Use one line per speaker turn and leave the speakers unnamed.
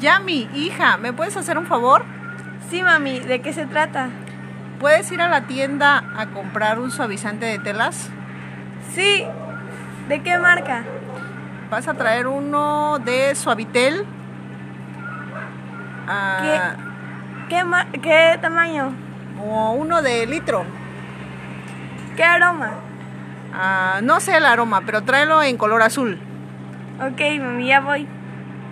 Yami, hija, ¿me puedes hacer un favor?
Sí, mami, ¿de qué se trata?
¿Puedes ir a la tienda a comprar un suavizante de telas?
Sí, ¿de qué marca?
¿Vas a traer uno de Suavitel? Ah,
¿Qué, ma- qué tamaño?
O uno de litro.
¿Qué aroma?
Ah, no sé el aroma, pero tráelo en color azul.
Ok, mami, ya voy.